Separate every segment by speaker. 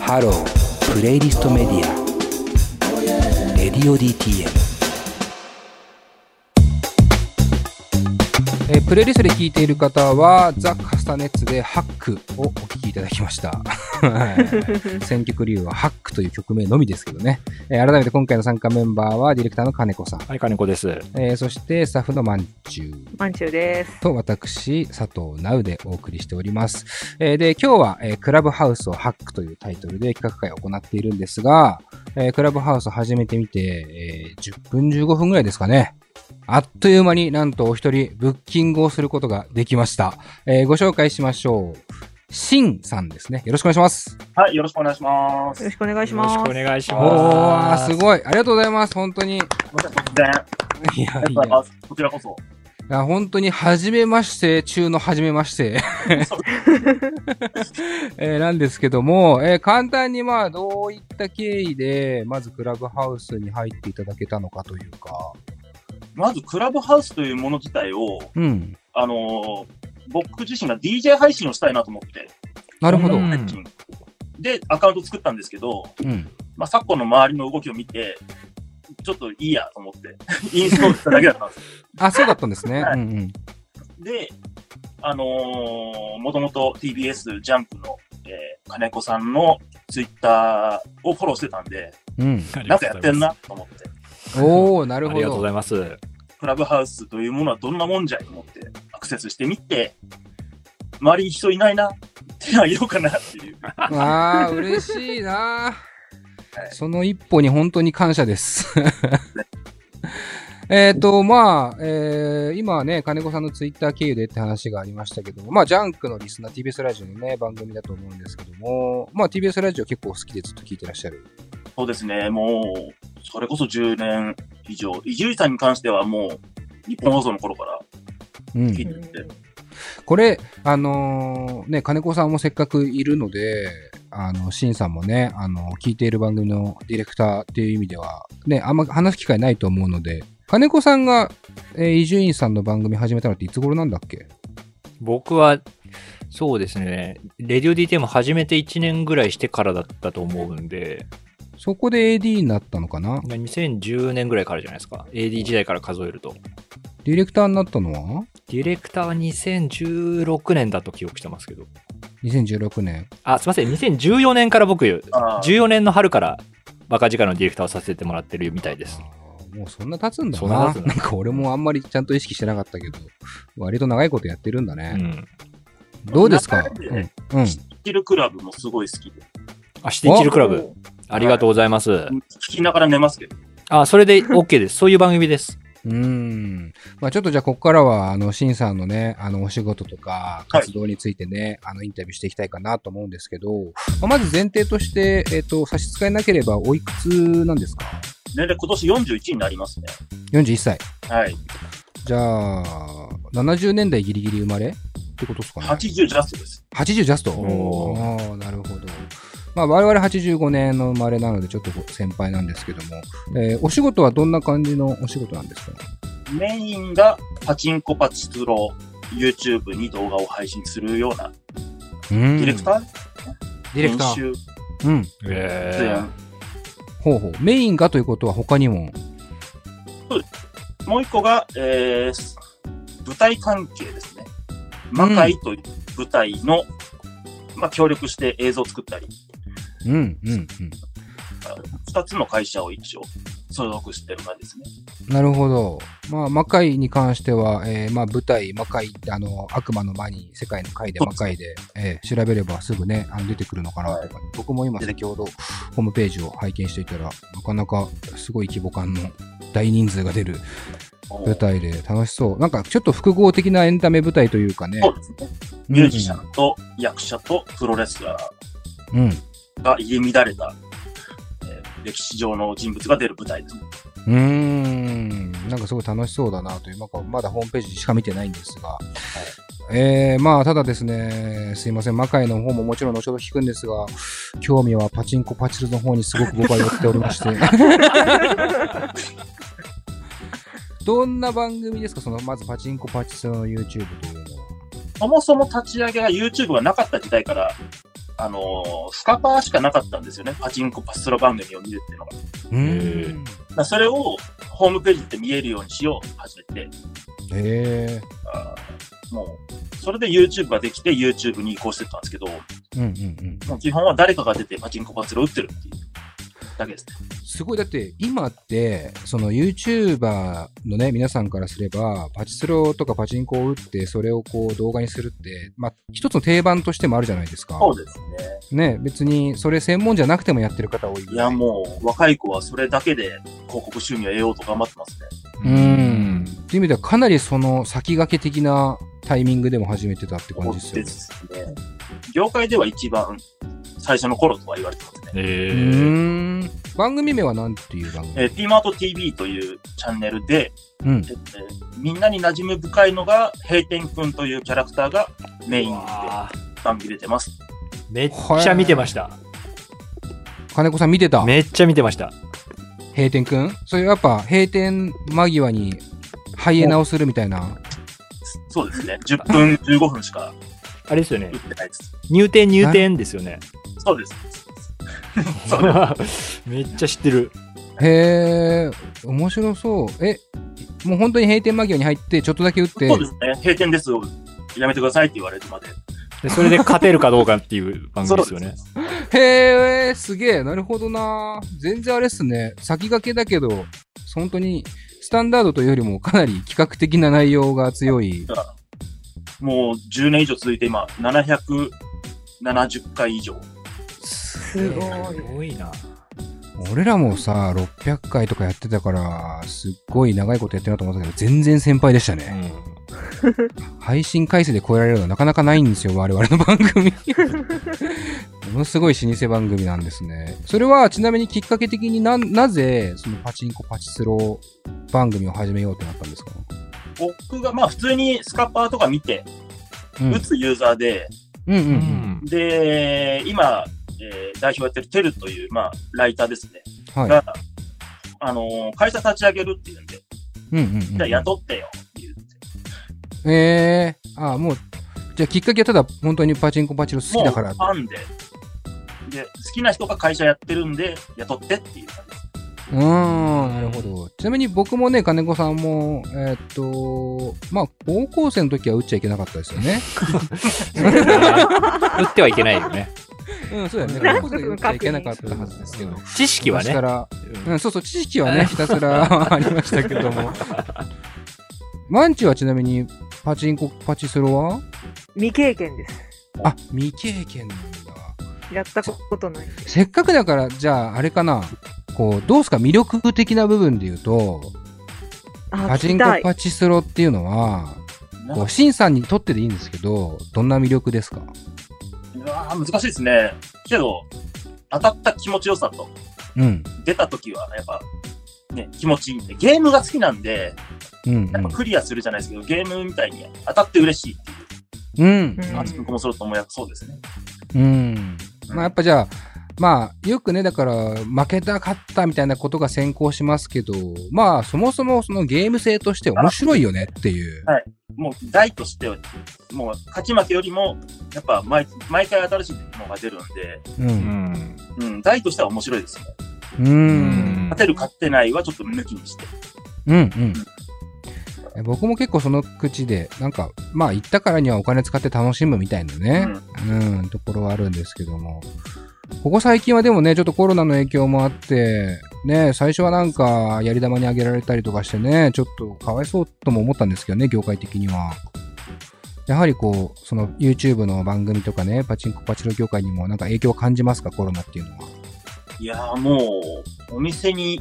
Speaker 1: ハロープレイリストメディア「レディオ DTM」えープレイリストで聴いている方は「ザ・カスタネッツ」で「ハック」をお聴きいただきました、はい選曲理由は「ハック」という曲名のみですけどね、えー改めて今回の参加メンバーはディレクターの金子さん、
Speaker 2: はい、金子です。
Speaker 1: えーそしてスタッフのまんちゅう
Speaker 3: マンチュウです。
Speaker 1: と私、佐藤直でお送りしております。えーで、今日は、えークラブハウスをハックというタイトルで企画会を行っているんですが、えークラブハウスを始めてみて、えー10分15分ぐらいですかね。あっという間になんとお一人ブッキングをすることができました。えーご紹介しましょう。シンさんですね。よろしくお願いします。
Speaker 4: はい、よろしくお願いしま
Speaker 3: よ
Speaker 4: す。
Speaker 3: ろしくお願いし
Speaker 2: よろ
Speaker 3: ます。
Speaker 2: しくお願いし
Speaker 1: お
Speaker 2: ま
Speaker 1: ー、
Speaker 2: す。
Speaker 1: すごい。ありがとうございます。本当に。い
Speaker 4: 全然、あ
Speaker 1: やいや
Speaker 4: りがとうございます。こちらこそ。
Speaker 1: いや本当に、初めまして、中の初めまして。えーなんですけども、えー簡単にまあ、どういった経緯で、まずクラブハウスに入っていただけたのかというか。
Speaker 4: まず、クラブハウスというもの自体を、
Speaker 1: うん。
Speaker 4: あのー僕自身が DJ 配信をしたいなと思って、
Speaker 1: なるほど。う
Speaker 2: う
Speaker 1: んん。
Speaker 4: 最近。で、アカウント作ったんですけど、
Speaker 1: うん。
Speaker 4: まあ、昨今の周りの動きを見て、ちょっといいやと思 って、インストールしただけだったんです。
Speaker 1: あ、そうだったんですね。うんうん。
Speaker 4: で、あのー、もともと TBS ジャンプの、えー金子さんのツイッターをフォローしてたんで、
Speaker 1: うん。
Speaker 2: あり
Speaker 4: な
Speaker 2: がとう
Speaker 4: んかや
Speaker 2: ご
Speaker 4: っ
Speaker 2: ざ
Speaker 4: て
Speaker 2: い
Speaker 4: ん
Speaker 2: ます
Speaker 4: なと思って、
Speaker 1: おー、なる
Speaker 2: あ
Speaker 1: ほ
Speaker 2: りがとうござ
Speaker 1: ど。
Speaker 2: います。
Speaker 4: クラブハウスというものはどんなもんじゃいと思ってアクセスしてみて、周りに人いないな、手あげようかなって いう。
Speaker 1: あー、嬉しいなー
Speaker 4: はい
Speaker 1: その一歩に本当に感謝です。 えっと、まあ、えー今はね、金子さんのツイッター経由でって話がありましたけども、まあ、ジャンクのリスナー、TBS ラジオのね、番組だと思うんですけども、まあ、TBS ラジオ結構好きでずっと聞いてらっしゃる。
Speaker 4: そうですね、もう、それこそ10年以上、伊集院さんに関してはもう、日本放送の頃から
Speaker 1: う
Speaker 4: 聞い
Speaker 1: ん。
Speaker 4: てて、
Speaker 1: これ、あのーね、金子さんもせっかくいるので、あの、シンさんもね、あの、聞いている番組のディレクターっていう意味では、ね、あんま話す機会ないと思うので、金子さんが、えー伊集院さんの番組始めたのっていつ頃なんだっけ
Speaker 2: 僕は、そうですね、レディオ DTM 始めて1年ぐらいしてからだったと思うんで、
Speaker 1: そこで AD になったのかな
Speaker 2: 2010年ぐらいからじゃないですか。AD 時代から数えると。
Speaker 1: ディレクターになったのは
Speaker 2: ディレクターは2016年だと記憶してますけど。
Speaker 1: 2016年。
Speaker 2: あ、すいません、2014年から僕、
Speaker 4: あー
Speaker 2: 14年の春からバカ力のディレクターをさせてもらってるみたいです。
Speaker 1: あーもうそんな経つんだ
Speaker 2: そんな
Speaker 1: な。
Speaker 2: 経つん
Speaker 1: な
Speaker 2: だ
Speaker 1: んか俺もあんまりちゃんと意識してなかったけど、割と長いことやってるんだ
Speaker 2: う
Speaker 1: ね。
Speaker 2: ん。
Speaker 1: どうですか
Speaker 4: 長いね
Speaker 1: うん。うん。
Speaker 4: キルクラブもすごい好きで、
Speaker 2: あ、シティチルクラブ。ありがとうございます。
Speaker 4: 聞きながら寝ますけど、
Speaker 2: あ、それで OK です。そういう番組です。
Speaker 1: うーん。まあちょっとじゃあ、ここからは、あの、シンさんのね、あの、お仕事とか、活動についてね、あの、インタビューしていきたいかなと思うんですけど、まあまず前提として、えっ、と、差し支えなければ、おいくつなんですか
Speaker 4: 年齢今年41になりますね。
Speaker 1: ?41 歳。
Speaker 4: はい。
Speaker 1: じゃあ、70年代ギリギリ生まれってことですかね
Speaker 4: 80ジャストです。
Speaker 1: 80ジャスト
Speaker 2: お
Speaker 1: おーなるほど。まあ、我々85年の生まれなので、ちょっとご先輩なんですけども、えーお仕事はどんな感じのお仕事なんですか
Speaker 4: メインがパチンコパチスロー、YouTube に動画を配信するような、
Speaker 1: デ
Speaker 4: デ
Speaker 1: ィ
Speaker 4: ィレクター、
Speaker 1: ディレクタ
Speaker 4: 編
Speaker 1: ー。
Speaker 4: 集、
Speaker 1: うん。
Speaker 4: 出演
Speaker 2: え
Speaker 1: ほうほう。メインがということは他にも。
Speaker 4: もう一個が、えー舞台関係ですね。魔界という舞台の、まあ、協力して映像を作ったり、
Speaker 1: うん、うん、うん。
Speaker 4: 二つの会社を一応所属してる感じですね。
Speaker 1: なるほど。まあ、魔界に関しては、えーまあ、舞台、魔界って、あの、悪魔の魔に、世界の界で
Speaker 4: そう
Speaker 1: 魔界で、えー調べればすぐね、あの出てくるのかなとか、僕も今、
Speaker 4: 出て
Speaker 1: 先ほど、ホームページを拝見していたら、なかなかすごい規模感の大人数が出る舞台で、楽しそう。なんか、ちょっと複合的なエンタメ舞台というかね。
Speaker 4: そうですね。ミュージシャンと役者とプロレスラ
Speaker 1: うん。うん
Speaker 4: ーが入り乱れた、えー歴史上の人物が出る舞台ですね。
Speaker 1: うーん、なんかすごい楽しそうだなという、なんかまだホームページしか見てないんですが、えー、まあ、ただですね、すいません、魔界の方ももちろん後ほど聞くんですが、興味はパチンコパチルの方にすごく僕は寄っておりまして。どんな番組ですか、そのまずパチンコパチルの YouTube というのは。
Speaker 4: そもそも立ち上げが YouTube がなかった時代から、ああのースカパーしかなかったんですよね。パチンコパストラ番組を見るっていうのが。
Speaker 1: う
Speaker 2: へ
Speaker 1: ん。
Speaker 4: まあそれをホームページで見えるようにしようと始めて、
Speaker 1: へえ。
Speaker 4: あーもう、それで YouTube ができて YouTube に移行してったんですけど、
Speaker 1: うんうんうん。
Speaker 4: もう基本は誰かが出てパチンコパズルを打ってるっていうだけですね。
Speaker 1: すごい、だって今って、その YouTuber のね、皆さんからすれば、パチスロとかパチンコを打って、それをこう動画にするって、まあ、一つの定番としてもあるじゃないですか。
Speaker 4: そうですね。
Speaker 1: ね、別にそれ専門じゃなくてもやってる方多い。
Speaker 4: いや、もう、若い子はそれだけで広告収入を得ようと頑張ってますね。
Speaker 1: う。ん。っていう意味では、かなりその先駆け的なタイミングでも始めてたって感じですよね。
Speaker 4: ね。業界では一番最初の頃とは言われてますね。
Speaker 1: う
Speaker 2: え
Speaker 1: ーん。番組名は何ていう番組
Speaker 4: えー、ピーマート TV というチャンネルで、
Speaker 1: うん
Speaker 4: え。ーみんなに馴染み深いのが、平天くんというキャラクターがメインで番組出てます。
Speaker 2: めっちゃ見てました。
Speaker 1: 金子さん見てた
Speaker 2: めっちゃ見てました。
Speaker 1: 閉店くんそれやっぱ閉店間際にハイエナをするみたいな。
Speaker 4: そうですね。10分、15分しか
Speaker 2: あれですよね
Speaker 4: 打っ。てないです。
Speaker 2: 入店入店ですよね。
Speaker 4: そうです。
Speaker 2: めっちゃ知ってる。
Speaker 1: へえ、面白そう。え、もう本当に閉店間際に入ってちょっとだけ打って
Speaker 4: そう、ですね。閉店ですよ。やめてくださいって言われるまで。
Speaker 2: でそれで勝てるかどうかっていう番組ですよね。
Speaker 4: そう
Speaker 1: へえ、すげえ、なるほどな。全然あれっすね。先駆けだけど、本当にスタンダードというよりもかなり企画的な内容が強い。
Speaker 4: ですもう10年以上続いて今、770回以上。
Speaker 1: すごい。
Speaker 2: ごいな。
Speaker 1: 俺らもさ、600回とかやってたから、すっごい長いことやってるなと思ったけど、全然先輩でしたね。配信回数で超えられるのはなかなかないんですよ、我々の番組。ものすごい老舗番組なんですね。それはちなみにきっかけ的にな、なぜ、そのパチンコパチスロ番組を始めようってなったんですか
Speaker 4: 僕がまあ普通にスカッパーとか見て、
Speaker 1: うん。う
Speaker 4: 打
Speaker 1: ん
Speaker 4: つユーザーで、
Speaker 1: うんう。
Speaker 2: うんん。
Speaker 4: で、今、えー代表やってるテルという、まあ、ライターですね。
Speaker 1: はい。
Speaker 4: が、あのー会社立ち上げるっていうんで、
Speaker 1: うんうん、うん。
Speaker 4: じゃあ雇ってよって言って。
Speaker 1: えー、ああ、もう、じゃあきっかけはただ本当にパチンコパチロ好きだから。
Speaker 4: もうファンで。で、好きな人が会社やってるんで、雇ってっていう感じです。
Speaker 1: うーん、なるほど。ちなみに僕もね、金子さんも、えーっと、まあ、高校生の時は打っちゃいけなかったですよね。
Speaker 2: 打ってはいけないよね。
Speaker 1: うん、そうだよね。
Speaker 3: なん
Speaker 1: 高
Speaker 3: と
Speaker 1: 校生
Speaker 3: な
Speaker 1: で打っ
Speaker 3: く
Speaker 1: ちゃいけなかったはずですけど。
Speaker 2: 知識は
Speaker 1: 昔
Speaker 2: ね
Speaker 1: か。らうん、そうそう、知識はね、ひたすら ありましたけども。マンチはちなみに、パチンコ、パチスロは
Speaker 3: 未経験です。
Speaker 1: あ、未経験なんだ。
Speaker 3: やったことない。
Speaker 1: せっかくだから、じゃあ、あれかな。こう、どうすか魅力的な部分で言うと、
Speaker 3: あ、
Speaker 1: パ
Speaker 3: 聞
Speaker 1: チ
Speaker 3: き
Speaker 1: ンコ
Speaker 3: たい。
Speaker 1: パチスロっていうのは、
Speaker 4: なん
Speaker 1: こ
Speaker 4: か
Speaker 1: う、シンさんにとってでいいんですけど、どんな魅力ですか
Speaker 4: うわー難しいですね。けど、当たった気持ちよさと、
Speaker 1: うん。
Speaker 4: 出た時は、やっぱ、ね、気持ちいいんで、ゲームが好きなんで、
Speaker 1: うん、
Speaker 4: やっぱクリアするじゃないですけど、ゲームみたいに当たって嬉しいってい
Speaker 1: う
Speaker 4: う、
Speaker 1: ん。うん。
Speaker 3: うん
Speaker 4: あ自分もそうだと思うやそうですね。
Speaker 1: うん。まあやっぱじゃあ、まあよくね、だから負けた、勝ったみたいなことが先行しますけど、まあそもそもそのゲーム性として面白いよねっていう。
Speaker 4: はいもう大としては、もう勝ち負けよりも、やっぱ毎毎回新しいものが出るんで、
Speaker 1: う。
Speaker 2: うんん。
Speaker 4: うん、大としては面白いですね。
Speaker 1: うん。うん
Speaker 4: 勝てる、勝ってないはちょっと抜きにして。
Speaker 1: うん。え僕も結構その口で、なんか、まあ行ったからにはお金使って楽しむみたいなね、うん、ところはあるんですけども。ここ最近はでもね、ちょっとコロナの影響もあって、ね、最初はなんか、やり玉にあげられたりとかしてね、ちょっとかわいそうとも思ったんですけどね、業界的には。やはりこう、その YouTube の番組とかね、パチンコパチロ業界にもなんか影響を感じますか、コロナっていうのは。
Speaker 4: いやーもう、お店に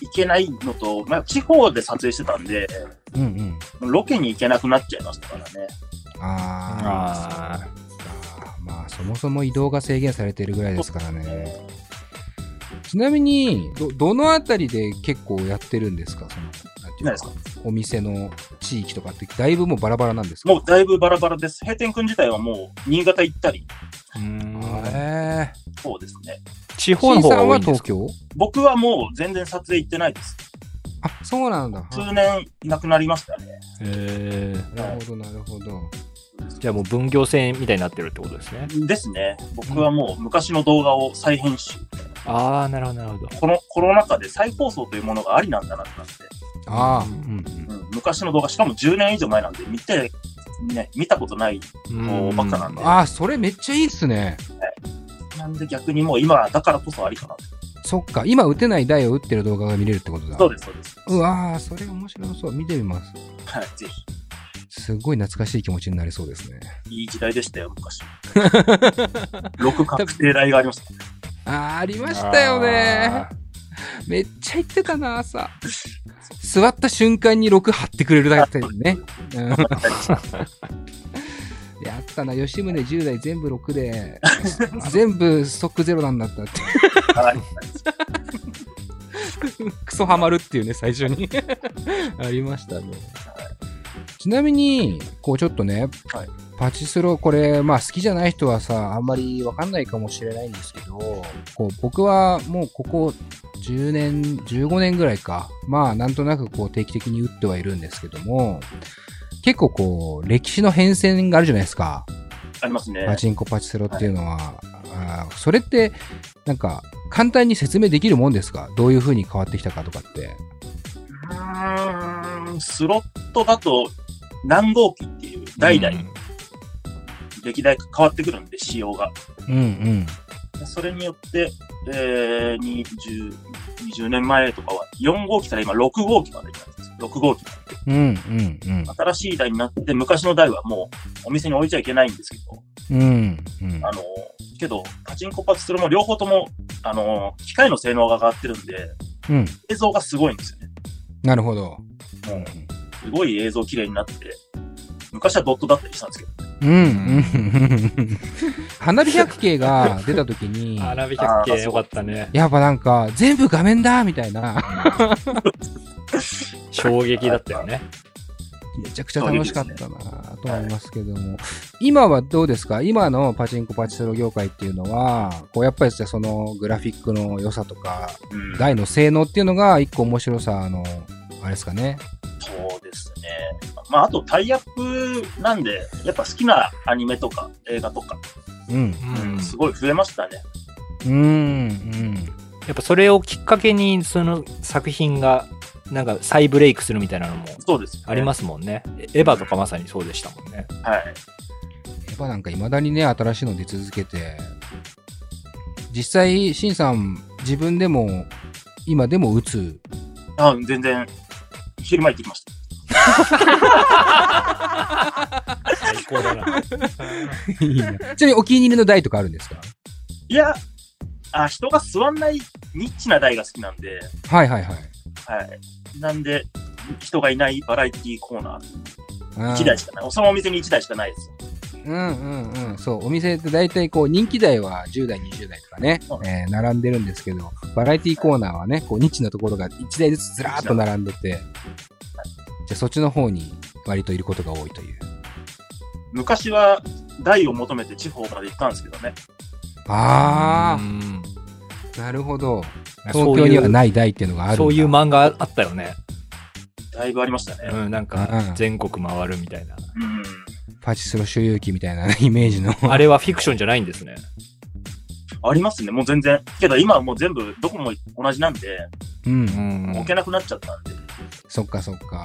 Speaker 4: 行けないのと、まあ、地方で撮影してたんで、
Speaker 1: うんうん。
Speaker 4: ロケに行けなくなっちゃいましたからね。
Speaker 1: あー、
Speaker 2: ああ。
Speaker 1: そうかまあ、そもそも移動が制限されてるぐらいですからね。
Speaker 4: え
Speaker 1: ちなみに、ど、どのあたりで結構やってるんですかその、なんて
Speaker 4: ー
Speaker 1: いう
Speaker 4: 何
Speaker 1: の
Speaker 4: ですか
Speaker 1: お店の地域とかって、だいぶもうバラバラなんですか
Speaker 4: もうだいぶバラバラです。閉店くん自体はもう、新潟行ったり、
Speaker 1: へえ。
Speaker 4: そうですね。
Speaker 2: 地方
Speaker 1: シン
Speaker 2: の方
Speaker 1: さ
Speaker 2: が
Speaker 1: ん
Speaker 2: 多
Speaker 1: はい
Speaker 2: んで
Speaker 1: 東
Speaker 2: すか
Speaker 1: 京
Speaker 4: 僕はもう全然撮影行ってないです。
Speaker 1: あ、そうなんだ。
Speaker 4: 数年いなくなりましたね。
Speaker 2: へえ
Speaker 1: なるほど、なるほど。
Speaker 4: です。
Speaker 2: じゃあもう分業制みたいになってるってことですね。
Speaker 4: ですね。僕はもう昔の動画を再編集。
Speaker 2: ああ、なるほど、なるほど。
Speaker 4: このコロナ禍で再放送というものがありなんだなってなって、
Speaker 1: ああ、う
Speaker 2: うん
Speaker 1: ん
Speaker 4: うん、昔の動画、しかも10年以上前なんで、見て、ね、見たことない。
Speaker 2: うん
Speaker 4: おバカなん
Speaker 1: う
Speaker 4: だ
Speaker 1: ん。ああ、それめっちゃいいっすね。
Speaker 4: なんで逆にもう今だからこそありかな
Speaker 1: そっか、今打てない台を打ってる動画が見れるってことだ。
Speaker 4: そうです、そうです。
Speaker 1: うわー、それ面白そう。見てみます。
Speaker 4: はい、ぜ
Speaker 1: すごい懐かしい気持ちになりそうですね。
Speaker 4: ひ。いい時代でしたよ、昔。6確定台がありました。
Speaker 1: あー、ありましたよね。めっちゃ言ってたな、朝。座った瞬間に6貼ってくれるだけだよね。うん やったな、吉宗10代全部6で、全部ストックゼロなんだったって。
Speaker 4: はい
Speaker 1: クソハマるっていうね、最初 に。ありましたね。ちなみに、こうちょっとね、
Speaker 4: はい
Speaker 1: パチスロ、これ、まあ好きじゃない人はさ、あんまりわかんないかもしれないんですけど、こう僕はもうここ10年、15年ぐらいか、まあなんとなくこう定期的に打ってはいるんですけども、結構こう、歴史の変遷があるじゃないですか。
Speaker 4: ありますね。
Speaker 1: パチンコパチスロっていうのは、あーそれってなんか簡単に説明できるもんですかどういう風に変わってきたかとかって
Speaker 4: うーんスロットだと、何号機っていう、代々、歴代変わってくるんで、仕様が。
Speaker 1: うんうん
Speaker 4: それによって、えー、20, 20年前とかは4号機から今6号機までになってるんですよ。6号機まで。
Speaker 1: うんうんうん
Speaker 4: 新しい台になって、昔の台はもうお店に置いちゃいけないんですけど、
Speaker 1: うんうん
Speaker 4: あの、けど、パチンコパチスロも両方とも、あの、機械の性能が上がってるんで、
Speaker 1: うん
Speaker 4: 映像がすごいんですよね。
Speaker 1: なるほど
Speaker 4: もう、すごい映像綺麗になって、昔はドットだったりしたんですけど、
Speaker 1: うんうんうん花火百景が出た時に
Speaker 2: あラビ百景よかったね。
Speaker 1: やっぱなんか全部画面だみたいな
Speaker 2: 衝撃だったよね。
Speaker 1: めちゃくちゃ楽しかったなと思いますけども、今はどうですか今のパチンコパチスロ業界っていうのはこうやっぱりじゃあそのグラフィックの良さとか
Speaker 4: うん
Speaker 1: 台の性能っていうのが一個面白さのあれですかね
Speaker 4: そうですね。まあ、あとタイアップなんで、やっぱ好きなアニメとか映画とか、
Speaker 1: うん
Speaker 2: うん
Speaker 4: すごい増えましたね。
Speaker 1: うんうん
Speaker 2: やっぱそれをきっかけに、その作品が、なんか再ブレイクするみたいなのも
Speaker 4: そうです、ね。
Speaker 2: ありますもんね。エエヴァとかまさにそうでしたもんね。
Speaker 4: はい。
Speaker 1: やっぱなんか未だにね新しいの出続けて実際しんさん自分でも今でも打つ
Speaker 4: あ全然、昼間行ってきました。
Speaker 2: 最高だな。
Speaker 1: いいねちなみにお気に入りの台とかあるんですか
Speaker 4: いや、あ人が座んないニッチな台が好きなんで、
Speaker 1: はいはいはい
Speaker 4: はい。なんで、人がいないバラエティコーナー、
Speaker 1: うん
Speaker 4: 1台しかない。そのお店に1台しかないです。
Speaker 1: うんうんうん、そう、お店って大体こう人気台は10代、20代とかね
Speaker 4: そう、
Speaker 1: えー並んでるんですけど、バラエティーコーナーはね、こうニッチなところが1台ずつずらーっと並んでて、じゃあそっちの方に割といることが多いという。
Speaker 4: 昔は台を求めて地方まで行ったんですけどね。
Speaker 1: あ
Speaker 2: うん
Speaker 1: ー、なるほど。
Speaker 2: そう
Speaker 1: 東京
Speaker 2: いう
Speaker 1: にはない台っていうのがあるんだ
Speaker 2: そういう漫画あったよね。
Speaker 4: だいぶありましたね。
Speaker 2: うん、なん
Speaker 1: う
Speaker 2: か
Speaker 1: ん
Speaker 2: 全国回るみたいな。
Speaker 4: うん。
Speaker 1: パチスロ周遊記みたいな イメージ の。
Speaker 2: あれはフィクションじゃないんですね。
Speaker 4: ありますね、もう全然。けど今はもう全部、どこも同じなんで、
Speaker 1: うん、
Speaker 2: ん
Speaker 4: 置けなくなっちゃったんで、ち
Speaker 1: そっかそっか。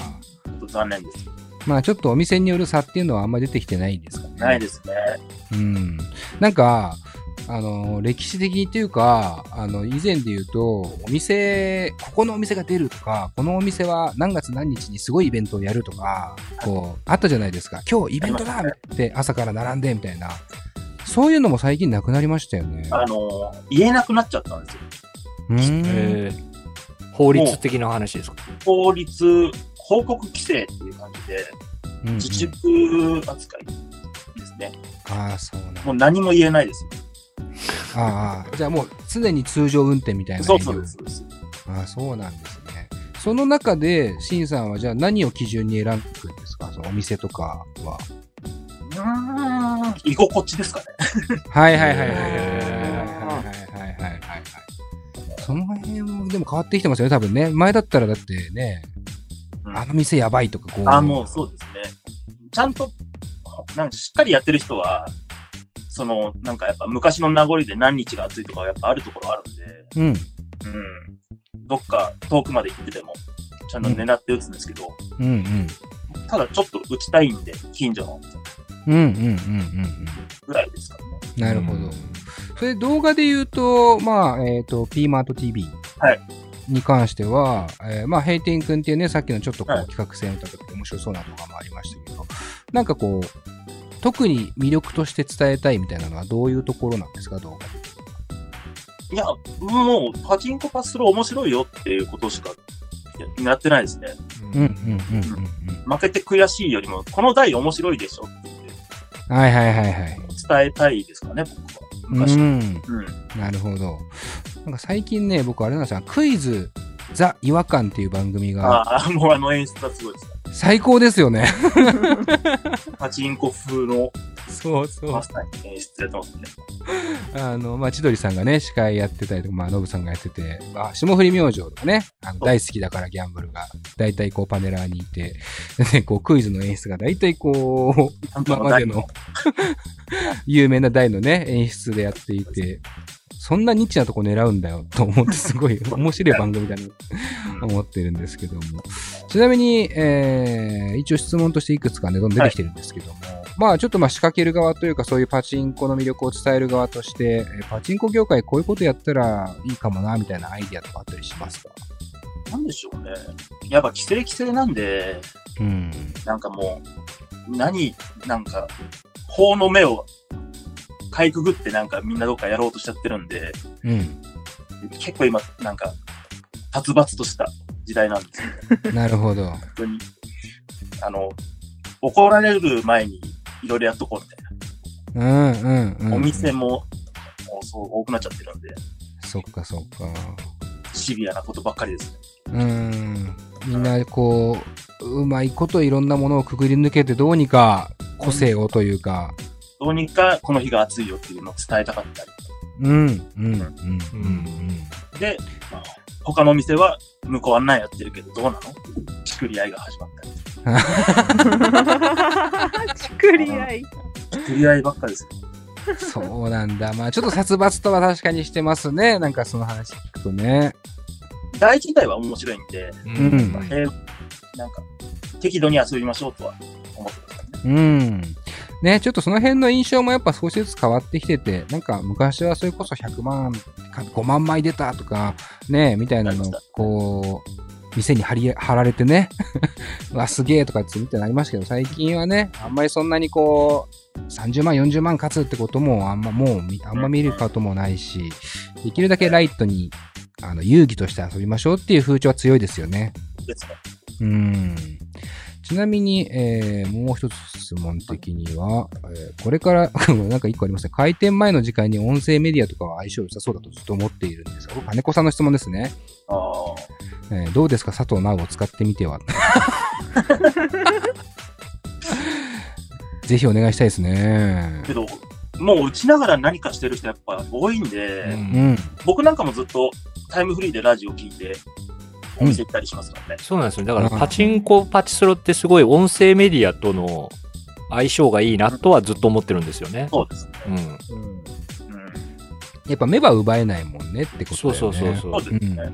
Speaker 4: ょっと残念です。
Speaker 1: まあちょっとお店による差っていうのはあんまり出てきてないんですかね。
Speaker 4: ないですね。
Speaker 1: うん、なんかあの歴史的にというかあの以前で言うとお店ここのお店が出るとかこのお店は何月何日にすごいイベントをやるとかこうあったじゃないですか今日イベントだ
Speaker 4: ありま
Speaker 1: って朝から並んでみたいなそういうのも最近なくなりましたよね。
Speaker 4: あの、言えなくなっちゃったんですよ。
Speaker 1: うーん
Speaker 2: えー法律的な話ですか
Speaker 4: 法律、報告規制っていう感じで、
Speaker 1: うんうん
Speaker 4: 自粛扱いですね。
Speaker 1: ああそうなんだ
Speaker 4: もう何も言えないですよ。
Speaker 1: ああじゃあもう常に通常運転みたいな
Speaker 4: そうそうです。そうです
Speaker 1: ああそうなんですねその中でシンさんはじゃあ何を基準に選ぶんですかそのお店とかは
Speaker 4: うーん、居心地ですかね。
Speaker 1: はいはいはいはいはいはいはいはいはいはいその辺もでも変わってきてますよね多分ね前だったらだってね
Speaker 4: うん
Speaker 1: あの店やばいとかこう
Speaker 4: あ、もうそうですね。ちゃんと、なんかしっかりやってる人は、その、なんかやっぱ昔の名残で何日が暑いとかはやっぱあるところあるんで、
Speaker 1: うん。
Speaker 4: うん。どっか遠くまで行ってても、ちゃんと狙って打つんですけど、
Speaker 1: うんうん。
Speaker 4: ただちょっと打ちたいんで、近所の
Speaker 1: うんうんうんうんうん。
Speaker 4: ぐらいですからね。
Speaker 1: なるほど。それ動画で言うと、まあ、えっ、と、p マート TV
Speaker 4: はい
Speaker 1: に関しては、えーまあ、平天君っていうね、さっきのちょっとこう、
Speaker 4: はい
Speaker 1: 企画性の高くて面白そうな動画もありましたけど、なんかこう、特に魅力として伝えたいみたいなのはどういうところなんですか、動画。
Speaker 4: いや、もう、パチンコパスロー面白いよっていうことしかやってないですね。
Speaker 1: うんうんうんうん
Speaker 4: 負けて悔しいよりも、この台面白いでしょって言って
Speaker 1: うん。はいはいはいはい。
Speaker 4: 伝えたいですかね、僕は。
Speaker 1: う
Speaker 4: 昔。うん。
Speaker 1: ん。なるほど。なんか最近ね、僕あれなんですよ、クイズ、ザ・違和感っていう番組が
Speaker 4: ああ、もうあの演出はすごいですね。
Speaker 1: 最高ですよね。
Speaker 4: パチンコ風の
Speaker 1: そうそ
Speaker 4: まさに演出やってますね。
Speaker 1: あの、まあ、千鳥さんがね、司会やってたりとか、まあ、ノブさんがやってて、まあ、霜降り明星とかね、あの
Speaker 4: そう
Speaker 1: 大好きだからギャンブルが、大体こうパネラーにいて、で、こうクイズの演出が大体こう、
Speaker 4: 担
Speaker 1: 今
Speaker 4: 当の
Speaker 1: まで
Speaker 4: 台
Speaker 1: の 有名な台のね、演出でやっていて、そんなニッチなとこ狙うんだよと思って、すごい面白い番組だなと思ってるんですけども。ちなみに、えー、一応質問としていくつかね、どんどん出てきてるんですけども、まあちょっとまあ仕掛ける側というか、そういうパチンコの魅力を伝える側として、えーパチンコ業界こういうことやったらいいかもな、みたいなアイディアとかあったりしますか
Speaker 4: なんでしょうね。やっぱ規制規制なんで、
Speaker 1: うん。
Speaker 4: なんかもう、何、なんか、法の目をかいくぐってなんかみんなどっかやろうとしちゃってるんで、
Speaker 1: うん。
Speaker 4: 結構今、なんか、殺伐とした時代なんですよね。
Speaker 1: なるほど。
Speaker 4: 本当に。あの、怒られる前にいろいろやっとこうみた
Speaker 1: う
Speaker 4: い
Speaker 1: んうんうん。
Speaker 4: な。お店も、もうそう多くなっちゃってるんで、
Speaker 1: そっかそっか。
Speaker 4: シビアなことばっかりですね。
Speaker 1: うーんみんなこううまいこといろんなものをくぐり抜けてどうにか個性をというか
Speaker 4: どうにかこの日が暑いよっていうのを伝えたかったり。
Speaker 1: うんうんうんうん
Speaker 4: で、まあ他のお店は向こう案内やってるけどどうなの作り合いが始まったり。
Speaker 3: 作り合い。
Speaker 4: 作り合いばっかりですよ。
Speaker 1: うんそうなんだまあちょっと殺伐とは確かにしてますねなんかその話聞くとね
Speaker 4: 第一自体は面白いんで、
Speaker 2: う
Speaker 1: うん
Speaker 4: まあ平なんか、適度に遊びましょうとは思ってますね。
Speaker 1: うんねちょっとその辺の印象もやっぱ少しずつ変わってきててなんか昔はそれこそ100万か5万枚出たとかねみたいなのをこう店に貼り貼られてね うわすげえとかってみたいになりましたけど最近はねあんまりそんなにこう30万40万勝つってこともあんまもうみあんま見ることもないしできるだけライトにあの遊戯として遊びましょうっていう風潮は強いですよね。
Speaker 4: 別に。
Speaker 1: うん。ちなみに、えーもう一つ質問的には、えーこれから、 なんか一個ありますね。開店前の時間に音声メディアとかは相性良さそうだとずっと思っているんですが、これ金子さんの質問ですね。
Speaker 4: ああ。
Speaker 1: えーどうですか佐藤直を使ってみては。 ぜひお願いしたいですね。
Speaker 4: けど、もう打ちながら何かしてる人やっぱ多いんで、
Speaker 1: うん。
Speaker 4: 僕なんかもずっとタイムフリーでラジオ聞いて、お店行ったりしますからね。
Speaker 2: そうなんですよ。だから、
Speaker 1: うん
Speaker 2: パチンコ、パチスロってすごい音声メディアとの相性がいいなとはずっと思ってるんですよね。
Speaker 4: そうですね。
Speaker 2: うん。
Speaker 4: うん。
Speaker 1: やっぱ目は奪えないもんねってことだよ
Speaker 2: そう
Speaker 1: ね。
Speaker 2: そうそうそう
Speaker 4: そう。ですね。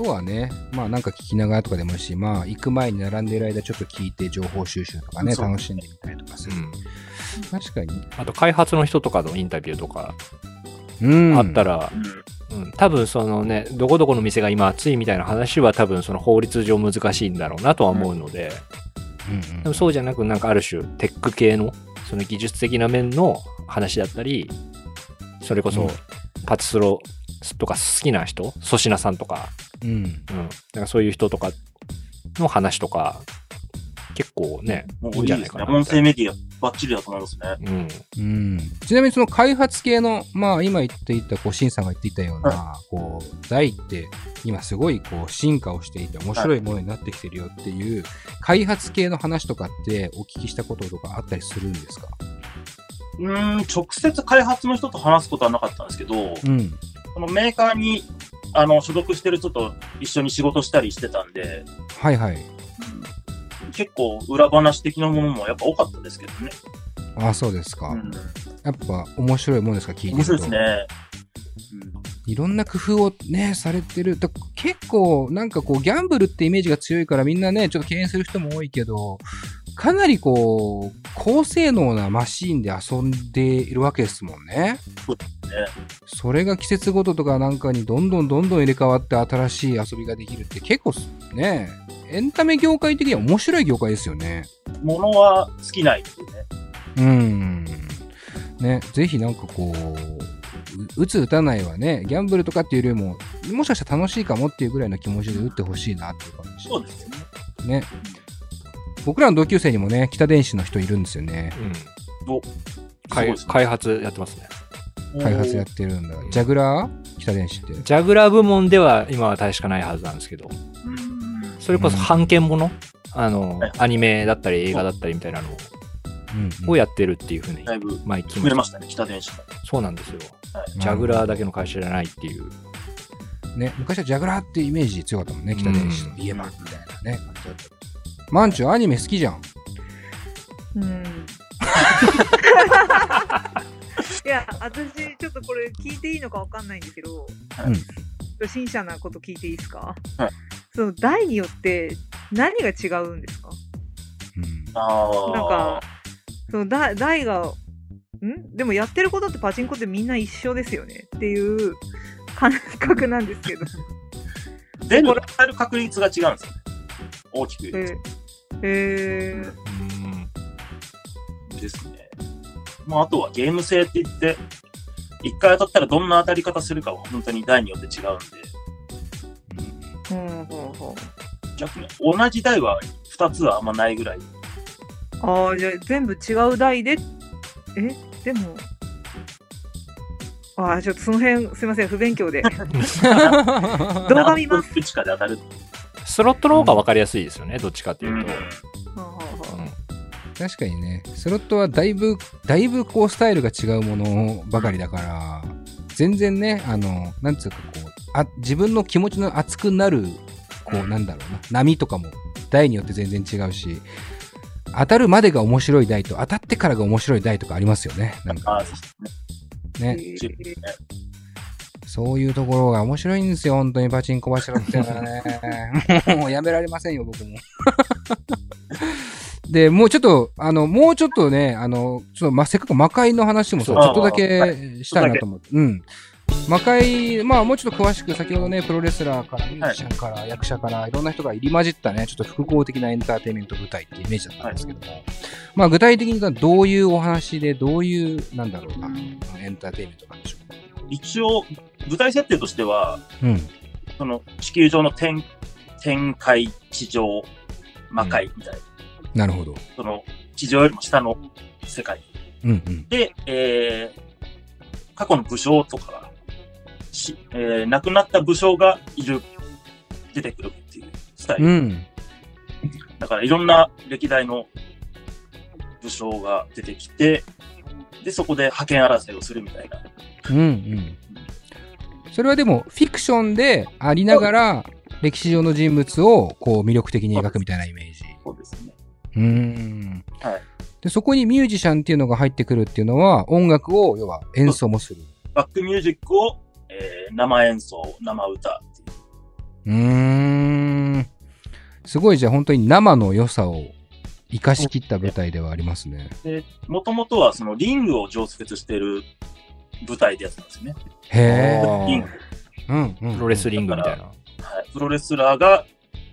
Speaker 1: 音はね、まあなんか聞きながらとかでもいいし、まあ行く前に並んでる間ちょっと聞いて情報収集とかね、
Speaker 4: そう
Speaker 1: 楽しんでみたりとかす
Speaker 2: う
Speaker 1: る。
Speaker 2: ん、
Speaker 1: 確かに。
Speaker 2: あと、開発の人とかのインタビューとか
Speaker 1: うん
Speaker 2: あったら、うん、多分そのね、どこどこの店が今暑いみたいな話は多分その法律上難しいんだろうなとは思うので、
Speaker 1: うん
Speaker 2: でもそうじゃなく、なんかある種、テック系の、その技術的な面の話だったり、それこ
Speaker 1: う
Speaker 2: そ
Speaker 1: ん、
Speaker 2: パチスロとか好きな人、粗品さんとか、
Speaker 1: うん。うん。
Speaker 2: うん、なんかそういう人とかの話とか、結構ね、
Speaker 4: もう
Speaker 2: い
Speaker 4: い
Speaker 2: いん
Speaker 4: い
Speaker 2: じゃ
Speaker 4: で
Speaker 2: ない
Speaker 4: す
Speaker 2: か
Speaker 4: ね。
Speaker 2: な。
Speaker 4: 音声メディアバッチリだと思いますね。
Speaker 2: うん、
Speaker 1: うん。ちなみにその開発系の、まあ今言っていた、こう、シンさんが言っていたような、こう、台って今すごいこう進化をしていて面白いものになってきてるよっていう、開発系の話とかってお聞きしたこととかあったりするんですか
Speaker 4: うーん、直接開発の人と話すことはなかったんですけど、
Speaker 1: うん。
Speaker 4: このメーカーにあの所属してる人と一緒に仕事したりしてたんで、
Speaker 1: はいはい。
Speaker 4: 結構裏話的なものもやっぱ多かったですけどね。
Speaker 1: あ、そうですか。
Speaker 4: うん、
Speaker 1: やっぱ面白いもんですか、聞いてると。
Speaker 4: 面白いですね。
Speaker 1: いろんな工夫をね、されてる。だ結構、なんかこう、ギャンブルってイメージが強いから、みんなね、ちょっと敬遠する人も多いけど、かなりこう、高性能なマシーンで遊んでいるわけですもんね。
Speaker 4: そうですね
Speaker 1: それが季節ごととかなんかにどんどんどんどん入れ替わって新しい遊びができるって結構すね、エンタメ業界的には面白い業界ですよね。
Speaker 4: うん、物は尽きないっていうね。
Speaker 1: うん。ね、ぜひなんかこう、う打つ打たないはね、ギャンブルとかっていうよりも、もしかしたら楽しいかもっていうぐらいの気持ちで打ってほしいなっていう感じ
Speaker 4: そうですよね。
Speaker 1: ね。僕らの同級生にもね、北電子の人いるんですよね。
Speaker 2: うん
Speaker 4: お
Speaker 2: 開
Speaker 4: すごい
Speaker 2: 開発やってますね。
Speaker 4: ですね
Speaker 1: 開発やってるんだ。ジャグラー北電子って。
Speaker 2: ジャグラー部門では今は大しかないはずなんですけど、
Speaker 4: うん
Speaker 2: それこそ版権もの、あの
Speaker 4: はい、
Speaker 2: アニメだったり映画だったりみたいなの
Speaker 1: うん、
Speaker 2: をやってるっていうふうに
Speaker 4: だ、いぶ
Speaker 2: 前聞
Speaker 4: 増
Speaker 2: き
Speaker 4: え
Speaker 2: ま
Speaker 4: ま
Speaker 2: し
Speaker 4: したね、北電子も。
Speaker 2: た。そうなんですよ。
Speaker 1: うん
Speaker 2: ジャグラーだけの会社じゃないっていう。
Speaker 1: ね、昔はジャグラーってイメージ強かったもんね、北電子といえば、
Speaker 4: うん
Speaker 1: みたいなね、感じだった。マンチュアニメ好きじゃん。
Speaker 3: うん。 いや、私、ちょっとこれ聞いていいのかわかんないんですけど、
Speaker 4: はい
Speaker 1: うん
Speaker 3: 初心者なこと聞いていいですか
Speaker 4: はい
Speaker 3: その台によって何が違うんですか
Speaker 1: うん
Speaker 4: あー
Speaker 3: なんか、そのだ台が、んでもやってることってパチンコってみんな一緒ですよねっていう感覚なんですけど。
Speaker 4: 出る、当たる確率が違うんですよね。大きく言う
Speaker 3: えーえー
Speaker 4: とですね。まあ、あとはゲーム性って言って、一回当たったらどんな当たり方するかは本当に台によって違うんで、
Speaker 3: ほうほうほう
Speaker 4: 逆に同じ台は2つはあんまないぐらい。
Speaker 3: ああ、じゃあ全部違う台で、え、でも、ああ、ちょっとその辺、すいません、不勉強で。動画見ます。
Speaker 4: どっちかで当たる。
Speaker 2: スロットの方が分かりやすいですよね、どっちかっていうと。
Speaker 3: ほうほうほう
Speaker 1: 確かにね、スロットはだいぶ、だいぶこうスタイルが違うものばかりだから、全然ね、あの、なんつうかこう、あ自分の気持ちの熱くなる、こう、なんだろうな、波とかも、台によって全然違うし、当たるまでが面白い台と、当たってからが面白い台とかありますよね。なん
Speaker 4: あ
Speaker 1: か
Speaker 4: ーそうですね
Speaker 3: え
Speaker 1: ね、
Speaker 4: チップ
Speaker 3: ー
Speaker 4: ね
Speaker 1: そういうところが面白いんですよ、本当にパチンコ柱ってのはね。 もうやめられませんよ、僕も。 で、もうちょっと、あの、もうちょっとね、あの、ちょっと、ま、せっかく魔界の話もさ、ち
Speaker 2: そう
Speaker 1: ょっとだ
Speaker 4: は
Speaker 1: けしたいなと思って。うん。魔界、まあ、もうちょっと詳しく、先ほどね、プロレスラーから、ミュージシャンから、役者から、いろんな人が入り混じったね、ちょっと複合的なエンターテインメント舞台っていうイメージだったんですけども、まあ、具体的にはどういうお話で、どういう、なんだろうな、エンターテインメントなんでしょ
Speaker 4: 一応、舞台設定としては、
Speaker 1: う。うん。
Speaker 4: その地球上の天天界、地上、魔界みたい
Speaker 1: な
Speaker 4: な、
Speaker 1: るほど。
Speaker 4: その地上よりも下の世界
Speaker 1: うんうん。
Speaker 4: で、えー過去の武将とか、しえー亡くなった武将がいる、出てくるっていうスタイル。
Speaker 1: うん。
Speaker 4: だからいろんな歴代の武将が出てきて、で、そこで覇権争いをするみたいな。
Speaker 1: うんうん。それはでも、フィクションでありながら、歴史上の人物をこう魅力的に描くみたいなイメージ。
Speaker 4: そうですね。
Speaker 1: うーん。
Speaker 4: はい
Speaker 1: で、そこにミュージシャンっていうのが入ってくるっていうのは、音楽を、要は演奏もする。
Speaker 4: バックミュージックを、えー生演奏、生歌っていう
Speaker 1: うーん。すごいじゃあ本当に生の良さを生かしきった舞台ではありますね。
Speaker 4: で、もともとはそのリングを常設してる舞台でやってたんですね。
Speaker 1: へえ。
Speaker 4: リング、
Speaker 1: うん、うん。
Speaker 2: プロレスリングみたいな。
Speaker 4: はい。プロレスラーが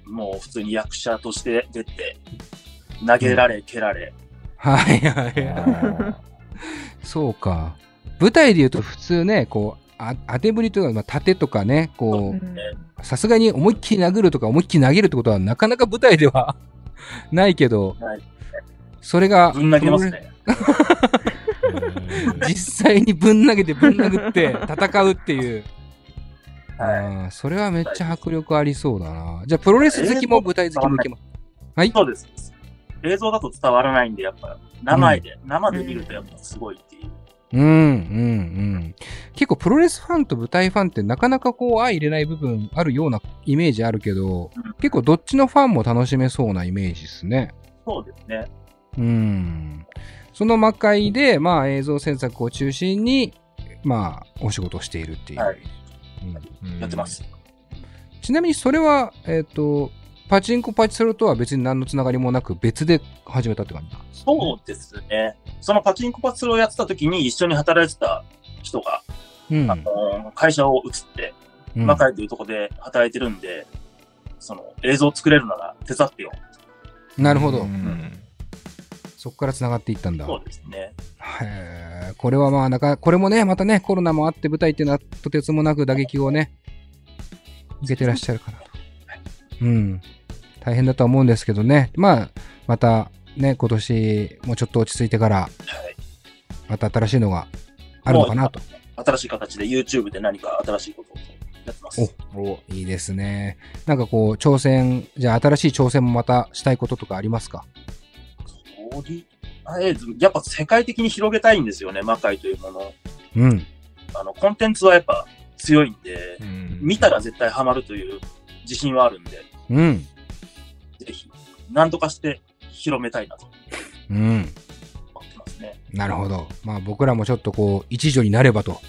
Speaker 4: もう普通に役者として出て、投げられ、蹴られ、
Speaker 1: はいはいはい。そうか。舞台で言うと普通ね、こう、あ当てぶりというか、まあ、盾とかね、こう、
Speaker 3: うん
Speaker 1: さすがに思いっきり殴るとか思いっきり投げるってことはなかなか舞台では ないけど、
Speaker 4: はい
Speaker 1: それが
Speaker 4: ぶん投げますね。
Speaker 1: 実際にぶん投げてぶん殴 って戦うっていう、
Speaker 4: はい。
Speaker 1: あーそれはめっちゃ迫力ありそうだなじゃあプロレス好きも舞台好きもいけますはい
Speaker 4: そうです。映像だと伝わらないんで、やっぱ生で、生で見るとやっぱすごいっていう。
Speaker 1: うんうんうん結構プロレスファンと舞台ファンってなかなかこう相入れない部分あるようなイメージあるけど、結構どっちのファンも楽しめそうなイメージですね。
Speaker 4: そうですね。
Speaker 1: うん。その魔界で、まあ映像制作を中心に、まあお仕事をしているっていう。
Speaker 4: はい
Speaker 1: うん
Speaker 4: やってます。
Speaker 1: ちなみにそれは、えっ、と、パチンコパチソロとは別に何のつながりもなく別で始めたって感じなんですね
Speaker 4: そうですね。そのパチンコパチスロをやってた時に一緒に働いてた人が、
Speaker 1: うん。
Speaker 4: あの会社を移って、
Speaker 1: うん
Speaker 4: 魔界というとこで働いてるんで、その映像作れるなら手伝ってよ。
Speaker 1: なるほど。
Speaker 2: うん
Speaker 1: そこからつながっていったんだ。
Speaker 4: そうですね。
Speaker 1: へえこれはまあなか、これもね、またね、コロナもあって舞台っていうのはとてつもなく打撃をね、受けてらっしゃるからと。うん。大変だとは思うんですけどね。まあ、またね、今年もうちょっと落ち着いてから、
Speaker 4: はい。
Speaker 1: また新しいのがあるのかなと。
Speaker 4: 新しい形で YouTube で何か新しいことをやってます。
Speaker 1: おいいですね。なんかこう、挑戦、じゃあ新しい挑戦もまたしたいこととかありますか
Speaker 4: とりあえず、やっぱ世界的に広げたいんですよね、魔界というもの。
Speaker 1: うん。
Speaker 4: あの、コンテンツはやっぱ強いんで、
Speaker 2: うん
Speaker 4: 見たら絶対ハマるという自信はあるんで、
Speaker 1: うん。
Speaker 4: ぜひ、何とかして広めたいなと
Speaker 1: うん。
Speaker 4: 思ってますね。
Speaker 1: なるほど。まあ僕らもちょっとこう、一助になればと。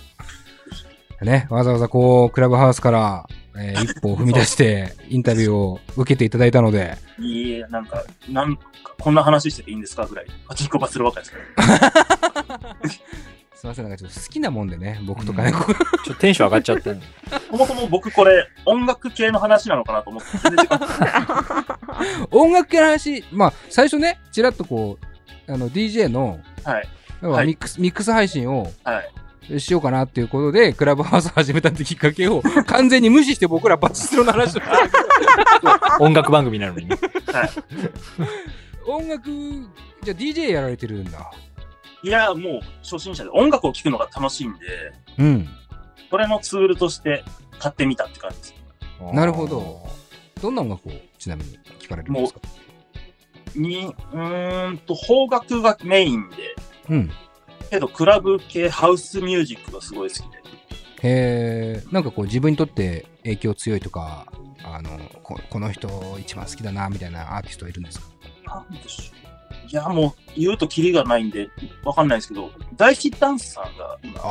Speaker 1: ね、わざわざこう、クラブハウスから、えー一歩を踏み出 して、インタビューを受けていただいたので、
Speaker 4: いいえ、なんか、なんか、こんな話してていいんですかぐらい、パチンコバするばかりですから。
Speaker 1: すいません、なんかちょっと好きなもんでね、僕とかね、
Speaker 2: うん
Speaker 1: こう
Speaker 2: ちょっとテンション上がっちゃ ってんの
Speaker 4: そもそも僕これ、音楽系の話なのかなと思って、全然違う
Speaker 1: 音楽系の話、まあ最初ね、ちらっとこう、あの、DJ の、
Speaker 4: はい。
Speaker 1: 要はミックス、ミックス配信を、
Speaker 4: はい。
Speaker 1: しようかなっていうことで、クラブハウスを始めたってきっかけを完全に無視して僕らバチスロの 話をしてるけ
Speaker 2: 音楽番組なのにね。
Speaker 1: ど音楽、じゃあ DJ やられてるんだ。
Speaker 4: いや、もう、初心者で音楽を聴くのが楽しいんで、
Speaker 1: うん。
Speaker 4: これのツールとして買ってみたって感じです。
Speaker 1: なるほど。どんな音楽をちなみに聞かれるんですか
Speaker 4: に、うーんと、邦楽がメインで、
Speaker 1: うん。
Speaker 4: けど、クラブ系ハウスミュージックがすごい好きで。
Speaker 1: へえ、なんかこう自分にとって影響強いとか、あの、ここの人一番好きだなみたいなアーティストいるんですか
Speaker 4: なんでしょう。いや、もう、言うとキリがないんで、わかんないですけど、大ヒッダンスさんが今、あ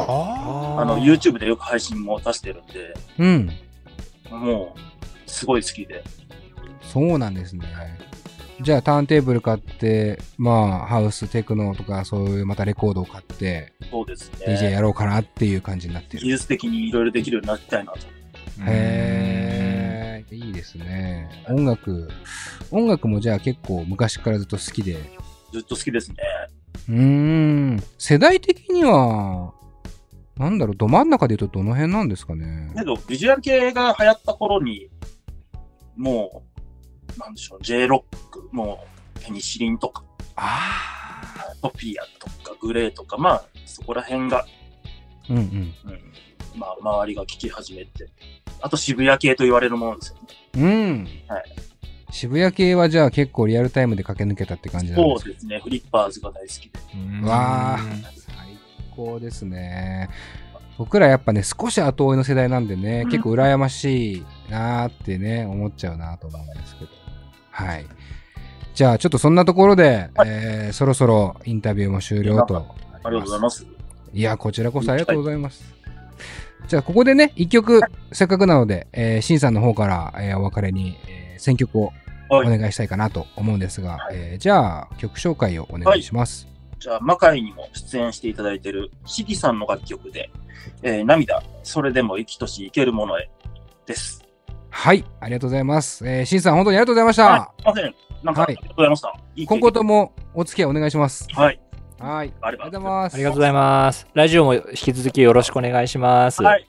Speaker 2: あー
Speaker 4: の、YouTube でよく配信も出してるんで、
Speaker 1: うん。
Speaker 4: もう、すごい好きで。
Speaker 1: そうなんですね。じゃあターンテーブル買って、まあハウス、テクノとかそういうまたレコードを買って、
Speaker 4: そうです
Speaker 1: DJ
Speaker 4: ね。
Speaker 1: やろうかなっていう感じになって
Speaker 4: 技
Speaker 1: る。
Speaker 4: 術的にいろいろできるようになりたいなと。
Speaker 2: え。
Speaker 1: へえ、いいですね。音楽、音楽もじゃあ結構昔からずっと好きで、
Speaker 4: ずっと好きですね。
Speaker 1: うーん世代的には、なんだろう、ど真ん中で言うとどの辺なんですかね。
Speaker 4: けど、ビジュアル系が流行った頃に、もう、なんでしょう、J ロック、もう、ペニシリンとか、
Speaker 1: ああ。
Speaker 4: トピアとか、グレーとか、まあ、そこら辺が、
Speaker 1: うんうん。
Speaker 4: うん、まあ、周りが聞き始めて、あと渋谷系と言われるものですよね。
Speaker 1: うん。
Speaker 4: はい
Speaker 1: 渋谷系はじゃあ結構リアルタイムで駆け抜けたって感じなんで
Speaker 4: そ
Speaker 1: すか
Speaker 4: うですね、フリッパーズが大好きで。
Speaker 1: わ最高ですね。僕らやっぱね、少し後追いの世代なんでね、
Speaker 4: うん
Speaker 1: 結構羨ましいなーってね、思っちゃうなと思うんですけど。はい。じゃあちょっとそんなところで、えーそろそろインタビューも終了と。あり
Speaker 4: ありがとうございます。
Speaker 1: いや、こちらこそありがとうございます。じゃあ、ここでね、一曲、せっかくなので、えー、シンさんの方から、えーお別れに、えー選曲をお
Speaker 4: はい。
Speaker 1: 願いしたいかなと思うんですが、
Speaker 4: はい
Speaker 1: えーじゃあ、曲紹介をお願いします。
Speaker 4: じゃあ、魔界にも出演していただいているシギさんの楽曲で、えー涙、それでも生きとし生けるものへ、です。
Speaker 1: はい、ありがとうございます。えー、シンさん、本当にありがとうございまし
Speaker 4: あ
Speaker 1: た。
Speaker 4: すいません。なんか、
Speaker 1: はい
Speaker 4: ありがとうございました。いい経
Speaker 1: 今
Speaker 4: 験
Speaker 1: 後ともお付き合いお願いします。
Speaker 4: はい。
Speaker 1: はい、
Speaker 4: あ
Speaker 1: あ
Speaker 4: り
Speaker 1: り
Speaker 4: が
Speaker 1: が
Speaker 4: と
Speaker 1: とうござ
Speaker 4: うござい
Speaker 1: います。
Speaker 2: ありがとうございます。ラジオも引き続きよろしくお願いします。
Speaker 4: はい。